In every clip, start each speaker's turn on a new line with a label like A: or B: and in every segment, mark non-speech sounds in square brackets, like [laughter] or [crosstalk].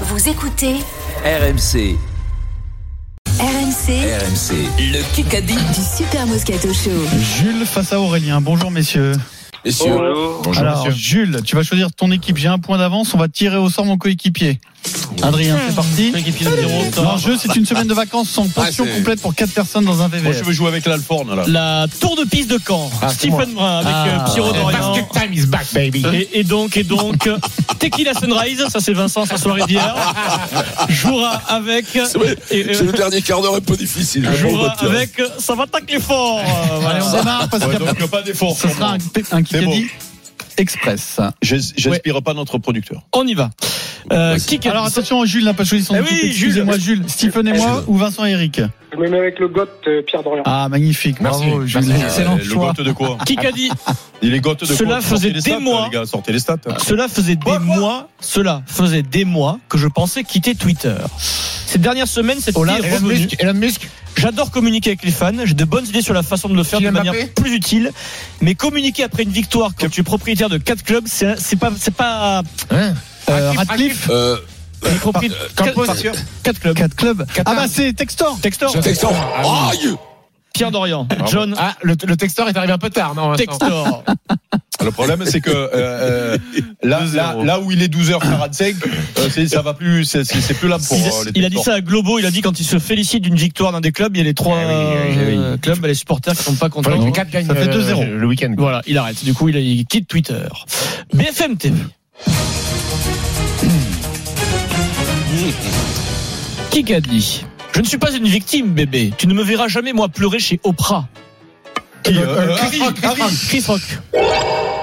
A: Vous écoutez
B: RMC,
A: RMC
B: RMC, le Kikadi.
A: du Super Moscato Show.
C: Jules face à Aurélien. Bonjour messieurs.
B: Messieurs,
D: Bonjour,
C: Alors
D: monsieur.
C: Jules, tu vas choisir ton équipe. J'ai un point d'avance. On va tirer au sort mon coéquipier. Adrien, c'est parti. L'enjeu, c'est une semaine de vacances sans pension
D: Ah, c'est-
C: complète pour 4 personnes dans un
D: Moi, je
C: VVF.
D: veux jouer avec l'Alforne, là.
E: La tour de piste de Caen.
C: moi.
E: Stephen Brun avec
C: Ah.
E: euh, Pierrot Dorian.
D: time is back, baby.
E: Et, et donc, et [laughs] donc, euh, Tequila Sunrise, ça c'est Vincent, sa soirée [laughs] d'hier, jouera avec,
F: vrai,
E: et, euh,
F: C'est le dernier quart d'heure un peu difficile. je
E: jouera
F: pense, Mathieu.
E: avec, euh, ça va tacler fort. euh, voilà.
C: Allez, on démarre parce
D: Ouais,
C: qu'il y a-
D: donc, pas d'effort.
C: ce sera un, un Kikadi Express.
D: Je- J'inspire pas notre producteur.
E: On y va. Euh, Kikadi.
C: Alors attention, Jules n'a pas choisi son
E: Eh
C: équipe.
E: oui, Jules.
C: Excusez-moi,
D: Euh,
C: Jules. Stephen et moi ou Vincent et Eric
G: Je me mets avec le goth euh, Pierre Dorian.
C: Ah, magnifique. Bravo, Jules. Excellent
D: Euh, Le
C: choix.
D: goth de quoi
E: Kikadi,
D: Il est goth de quoi
E: Cela
D: Sortez
E: faisait
D: les
E: des
D: stats,
E: mois.
D: Les gars, sortez les stats.
E: [laughs]
D: Ah,
E: Cela faisait des mois, cela faisait des mois que je pensais quitter Twitter. Ces dernières semaines, cette fille est revenue. J'adore communiquer avec les fans. J'ai de bonnes idées sur la façon de le faire de manière plus utile. Mais communiquer après une victoire quand tu es propriétaire de quatre clubs, c'est c'est pas, c'est pas.
C: Euh, Radcliffe,
F: Euh,
E: les propri-
H: Euh,
E: quatre-
C: Campos.
E: quatre clubs.
C: 4 clubs. Ah bah c'est Textor.
E: Textor,
F: Textor. Aïe
E: Pierre Dorian, John,
H: Ah, le, le texteur est arrivé un peu tard, non Vincent
E: Textor.
D: Le problème, c'est que euh, euh, là, là, là où il est 12h45, euh, c'est- ça va plus, c'est c'est- c'est plus là pour
E: [laughs] Il,
H: Oh,
D: euh, les
E: il a dit
D: texteurs.
E: ça à Globo. Il a dit quand il se félicite d'une victoire d'un des clubs, il y a les trois
H: Eh
E: euh, clubs, bah, les supporters qui sont pas contents.
H: Faudrait que les quatre gagnent
C: Ça fait
H: euh,
C: 2-0.
H: le week-end.
E: Voilà, il arrête. Du coup, il, il quitte Twitter. BFM TV. Qui qu'a dit Je ne suis pas une victime, bébé. Tu ne me verras jamais, moi, pleurer chez Oprah.
D: Qui, euh,
E: Chris Rock. Chris Rock.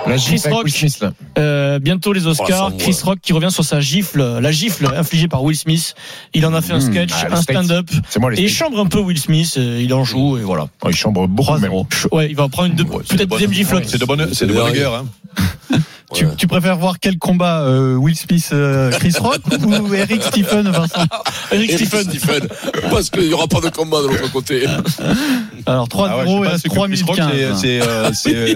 H: La gifle avec
E: Rock.
H: Will Smith, là.
E: Euh, bientôt les
F: Oh,
E: Oscars.
F: ça, ouais.
E: Chris Rock qui revient sur sa gifle, la gifle infligée par Will Smith. Il en a fait un sketch,
H: ah, le
E: un
H: skate.
E: stand-up.
D: Oh,
H: C'est moi,
E: Et
H: les
E: il chambre un peu Will Smith. euh, Il en joue et voilà.
H: Il chambre beaucoup, même.
E: Ouais, il va en prendre une deux-
D: c'est de
E: peut-être
D: bonne-
E: deuxième giflotte.
D: C'est de bonne, c'est de
F: C'est
D: bonne
F: dingue.
D: guerre. Hein.
C: Tu, tu préfères voir quel combat euh, Will Smith, euh, Chris Rock ou Eric Stephen, Vincent
E: Eric
F: Eric
E: Stephen.
F: Stephen. Parce qu'il n'y aura pas de combat de l'autre côté. [laughs]
C: Alors 3-0
D: Ah ouais, je sais
C: et
D: pas,
C: reste
D: c'est que
C: 3
D: Chris
C: minutes
D: Rock,
C: 15.
D: C'est c'est, euh, c'est, euh,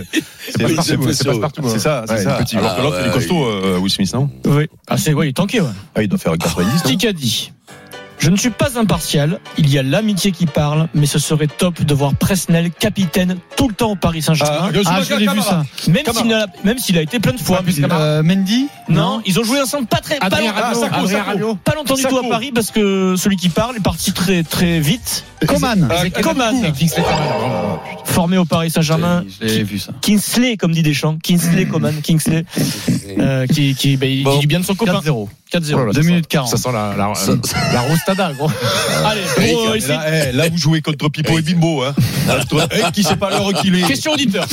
D: c'est
F: Oui,
D: partout,
F: c'est
D: c'est
F: pas
D: partout.
H: ouais.
D: C'est ça, c'est
H: Ouais,
D: ça.
H: il est petit.
D: Alors que
F: Ah,
D: l'autre, il est
F: ouais,
D: costaud, euh, Will Smith, non
E: Oui. Ah, c'est, ouais, il est tanké, ouais.
D: Ah, il doit faire 90. non
E: Qui a dit Je ne suis pas impartial, il y a l'amitié qui parle, mais ce serait top de voir Presnel capitaine tout le temps au Paris Saint-Germain.
C: Ah, je l'ai vu ça.
E: même
D: Camara.
E: s'il a, même s'il a été plein de fois.
C: Euh, Mendy
E: Non, ils ont joué ensemble pas très pas
H: Adrien
E: longtemps,
H: Rabiot,
E: Sacco,
H: Adrien
E: Sacco.
H: Rabiot.
E: pas longtemps du
D: Sacco.
E: tout à Paris parce que celui qui parle est parti très très vite.
C: Coman
D: Ah,
E: Coman,
H: Kingsley Coman.
E: formé au Paris Saint-Germain,
C: J'ai vu ça.
E: Kingsley comme dit Deschamps, Kingsley Coman, Kingsley, euh, qui qui ben, il
F: Bon.
E: dit bien de son copain.
C: 4-0.
E: 4-0.
H: Oh là là,
C: 2
H: ça
C: minutes
H: Ça
C: 40.
H: sent la, la, la, la rostada, gros.
E: Allez,
D: Eric,
E: pour, euh,
D: là,
E: essayer-
D: eh, là, vous jouez contre Pipo et Bimbo. Hein. Toi, un qui sait pas l'heure qu'il est.
E: question auditeur.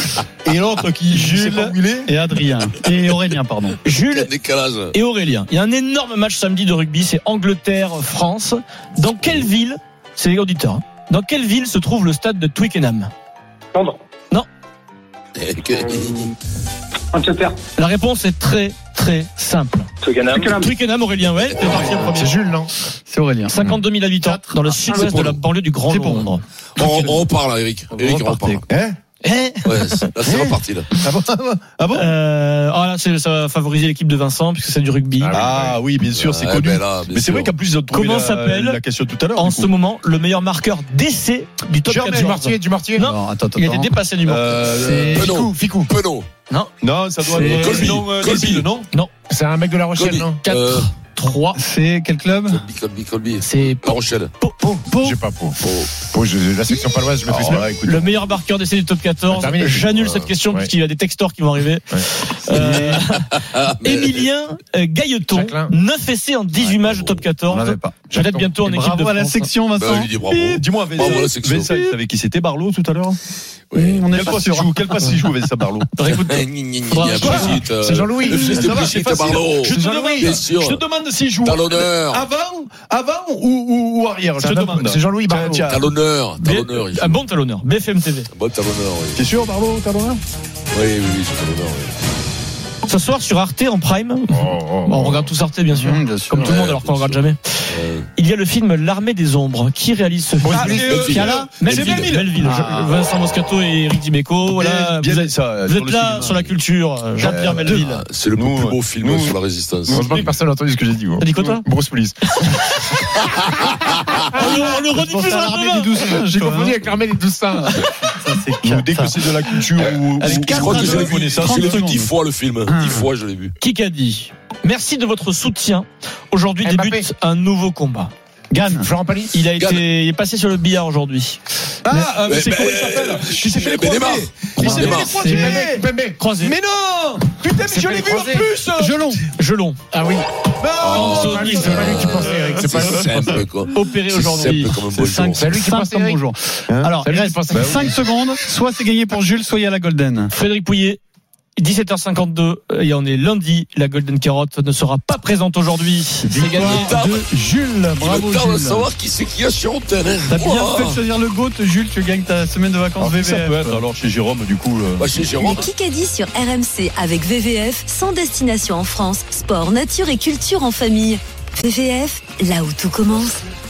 D: Et l'autre qui Jules. sait pas où il est.
C: Et Adrien. Et Aurélien, pardon.
E: Jules
F: Quel décalage.
E: et Aurélien. Il y a un énorme match samedi de rugby, c'est Angleterre-France. Dans quelle ville, c'est les auditeurs, hein, dans quelle ville se trouve le stade de Twickenham
G: Londres,
F: Eh, que-
G: Manchester,
E: La réponse est très très simple.
G: Twickenham,
E: Twickenham, Aurélien, ouais, t'es parti en premier.
H: C'est Jules, non
C: C'est Aurélien.
E: 52 000 habitants dans le sud-ouest de la banlieue du Grand
C: C'est pour
E: Londres.
F: On, on reparle, là, Eric. Eric, on reparle.
D: Hein
E: Eh
F: Ouais, c'est- là, c'est reparti, là.
D: ah bon Ah bon
E: euh, ah là, c'est- ça va favoriser l'équipe de Vincent puisque c'est du rugby.
D: Ah oui, bien sûr, c'est
F: Ouais,
D: connu.
F: ben là, bien
D: Mais c'est
F: sûr.
D: vrai qu'en plus, ils ont trouvé
E: Comment
D: la-
E: s'appelle
D: la question tout à l'heure.
E: en
D: du
E: ce
D: coup.
E: moment, le meilleur marqueur d'essai du top
D: Germain
E: 14.
H: Du Mortier, du Mortier
E: Non.
C: attends, attends.
E: Il a été dépassé du monde.
D: Euh,
F: Penon.
H: Ficou, Ficou.
F: Penon.
D: Non, ça doit être.
F: Colby.
D: Non, euh,
F: Colby.
D: Colby, non
H: C'est un mec de La Rochelle,
F: Colby.
H: non
E: Quatre.
F: Euh,
E: 3.
C: C'est quel club
F: Colby, Colby, Colby.
E: C'est
F: La Rochelle.
H: Je sais pas, Pau. Pau, je- la section paloise, je maîtrise
D: Alors
H: pas.
D: là, Ah, écoute.
E: Le meilleur marqueur d'essai du top 14.
H: Terminé.
E: J'annule
F: Ouais.
E: cette question
H: Ouais.
E: puisqu'il y a des textors qui vont arriver.
H: Ouais.
E: Euh,
F: Ah, mais-
E: Emilien euh, Gailleton,
H: Jacquelin.
E: 9 essais en 18 matchs de top 14.
C: pas.
E: Peut-être bientôt en équipe
C: Bravo
E: de
C: à la
E: France.
C: section,
F: Bah, je
C: Vincent.
F: lui dis bravo.
D: Dis-moi,
F: Bravo, la
D: Vincent,
F: section.
D: Vincent, il savait qui c'était Barlow tout à l'heure
C: Oui, on est
D: Quel
C: pas
D: poste il
C: sûr.
D: joue Quel poste il joue, Vincent Barlow
E: Écoute,
F: Eh, gni, gni, gni,
E: Quoi
F: gni, Brigitte, euh,
H: C'est Jean-Louis.
F: Le fils de
D: Ça va,
F: Brigitte
D: c'est facile.
F: Barlow.
E: Je te
D: Jean-Louis.
E: demande-
F: Bien sûr.
E: je te demande s'il joue.
F: Talonneur.
D: [laughs] Avant Avant ou, ou, ou arrière Je
E: C'est
D: te
E: un-
D: demande.
H: C'est Jean-Louis
D: Tiens,
H: Barreau.
D: tiens.
F: Talonneur.
E: B-
F: Talonneur. il
E: Un
F: joue.
E: Ah, bon talonneur. BFM TV.
F: Un Bon talonneur, oui.
D: T'es sûr, Barlow T'as l'honneur
F: Oui, oui, oui, c'est talonneur, oui.
E: Ce soir sur Arte en prime.
H: Oh, oh,
E: Bon, on
H: oh.
E: regarde tous Arte bien sûr.
C: Mmh, bien sûr.
E: Comme tout le monde
F: Ouais,
E: alors qu'on
F: bien
E: regarde jamais. Il y a le film L'armée des ombres. Qui réalise ce film
D: Ah, c'est, euh,
E: Qui a là
D: Melville.
E: Melville. Melville.
D: Ah.
E: Je- Vincent Moscato et Eric Dimeco. Voilà,
D: Bien-
E: Oh vous
D: bien
E: êtes,
D: ça, euh,
E: vous
D: sur
E: êtes
D: le
E: là
D: cinéma.
E: sur la culture. euh, Jean-Pierre Melville.
F: Ah, C'est le
D: Nous,
F: plus beau
D: euh,
F: film
D: nous,
F: sur la résistance.
H: Heureusement que personne n'a entendu ce que j'ai dit. moi.
E: T'as dit quoi, toi
H: Bruce Willis.
E: on le, on le
C: Pensez
E: rediffuse
C: à
E: à
C: l'armée
E: demain.
C: des douze singes,
H: J'ai
C: toi,
H: confondu
C: hein.
H: avec l'armée des douze singes.
C: Ça, c'est
D: Nous,
C: quatre,
D: dès que
C: ça.
D: c'est de la culture ou,
C: Avec
D: ou-
F: Je crois que je l'ai
C: 82,
F: vu. Je l'ai vu
C: 30
F: dix fois le film.
C: Ah.
F: Dix fois je l'ai vu.
H: Eh
E: Kikadi. Merci de votre soutien. Aujourd'hui
H: Mbappé.
E: débute un nouveau combat.
C: Gann.
H: Florent Pagny
E: Il a
F: Gagne.
E: été il est passé sur le billard aujourd'hui.
D: Ah, euh, mais
F: Mais-
D: c'est
F: mais-
D: comment il s'appelle Il s'est fait
H: ben,
D: les
F: Benema.
D: croisés. Il s'est fait les
F: Benema.
D: croisés.
H: Pépé, Pépé.
E: Croisé.
D: Mais non Putain, mais je l'ai vu en plus
C: Gelon.
E: Gelon.
H: Ah oui,
D: Non
H: c'est pas lui c'est pas lui qui pensait, Eric. C'est pas lui.
F: simple quoi.
E: Opéré
F: C'est
E: aujourd'hui.
F: simple comme un
C: C'est
F: bonjour.
C: 5,
H: C'est lui qui passe,
C: comme
H: Eric.
C: bonjour. Alors,
H: Hein C'est
C: il
H: lui qui
C: reste
H: pense.
C: 5 secondes. Soit c'est gagné pour Jules, soit il y a la Golden.
E: Frédéric Pouillet. 17h52 et on est lundi. La Golden Carotte ne sera pas présente aujourd'hui. C'est gagné.
F: Tard-
C: De Jules.
F: Il
C: Bravo,
F: me tarde de
C: Jules.
F: savoir qui c'est qui a chez Antenne.
C: T'as bien fait de choisir le GOAT, Jules. Tu gagnes ta semaine de vacances
F: Ah,
D: Alors, qui ça peut
C: VVF.
D: être alors chez Jérôme du coup euh,
F: Bah, chez
A: Le
F: Jérôme.
A: Kikadi sur RMC avec VVF, sans destination en France, sport, nature et culture en famille. VVF, là où tout commence.